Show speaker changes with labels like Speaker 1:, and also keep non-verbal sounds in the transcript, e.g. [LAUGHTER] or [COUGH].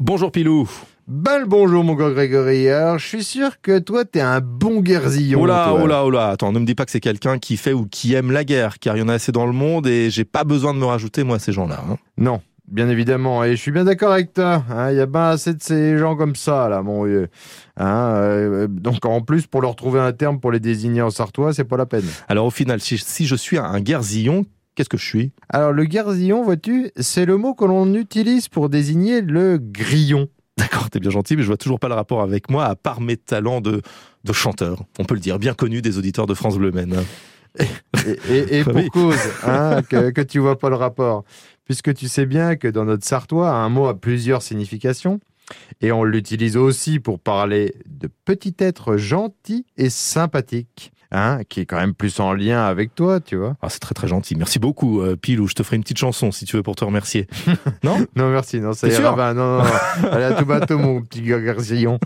Speaker 1: Bonjour Pilou.
Speaker 2: Ben le bonjour mon gars Grégory, alors je suis sûr que toi t'es un bon guerzillon.
Speaker 1: Oh là,
Speaker 2: toi.
Speaker 1: oh là, oh là. Attends, ne me dis pas que c'est quelqu'un qui fait ou qui aime la guerre, car il y en a assez dans le monde et j'ai pas besoin de me rajouter moi à ces gens-là. hein.
Speaker 2: Non, bien évidemment, et je suis bien d'accord avec toi, il y a ben assez de ces gens comme ça là mon vieux. Hein, euh, donc en plus pour leur trouver un terme pour les désigner en sartois, c'est pas la peine.
Speaker 1: Alors au final, si, si je suis un guerzillon, qu'est-ce que je suis [LAUGHS]
Speaker 2: Alors le guerzillon, vois-tu, c'est le mot que l'on utilise pour désigner le grillon.
Speaker 1: D'accord, t'es bien gentil, mais je vois toujours pas le rapport avec moi, à part mes talents de, de chanteur. On peut le dire, bien connu des auditeurs de France Bleu Maine.
Speaker 2: Et, et- et
Speaker 1: Bah
Speaker 2: pour
Speaker 1: oui.
Speaker 2: cause,
Speaker 1: [LAUGHS]
Speaker 2: hein, que, que tu vois pas le rapport. Puisque tu sais bien que dans notre sartois, un mot a plusieurs significations. Et on l'utilise aussi pour parler de petit être gentil et sympathique. Hein, qui est quand même plus en lien avec toi, tu vois.
Speaker 1: Ah, c'est très très gentil. Merci beaucoup, euh, Pilou. Je te ferai une petite chanson si tu veux pour te remercier. non
Speaker 2: Non, merci, non, ça
Speaker 1: T'es
Speaker 2: ira.
Speaker 1: sûr [LAUGHS]
Speaker 2: ben, non, non, non. Allez, à tout bateau, mon petit gars garcillon.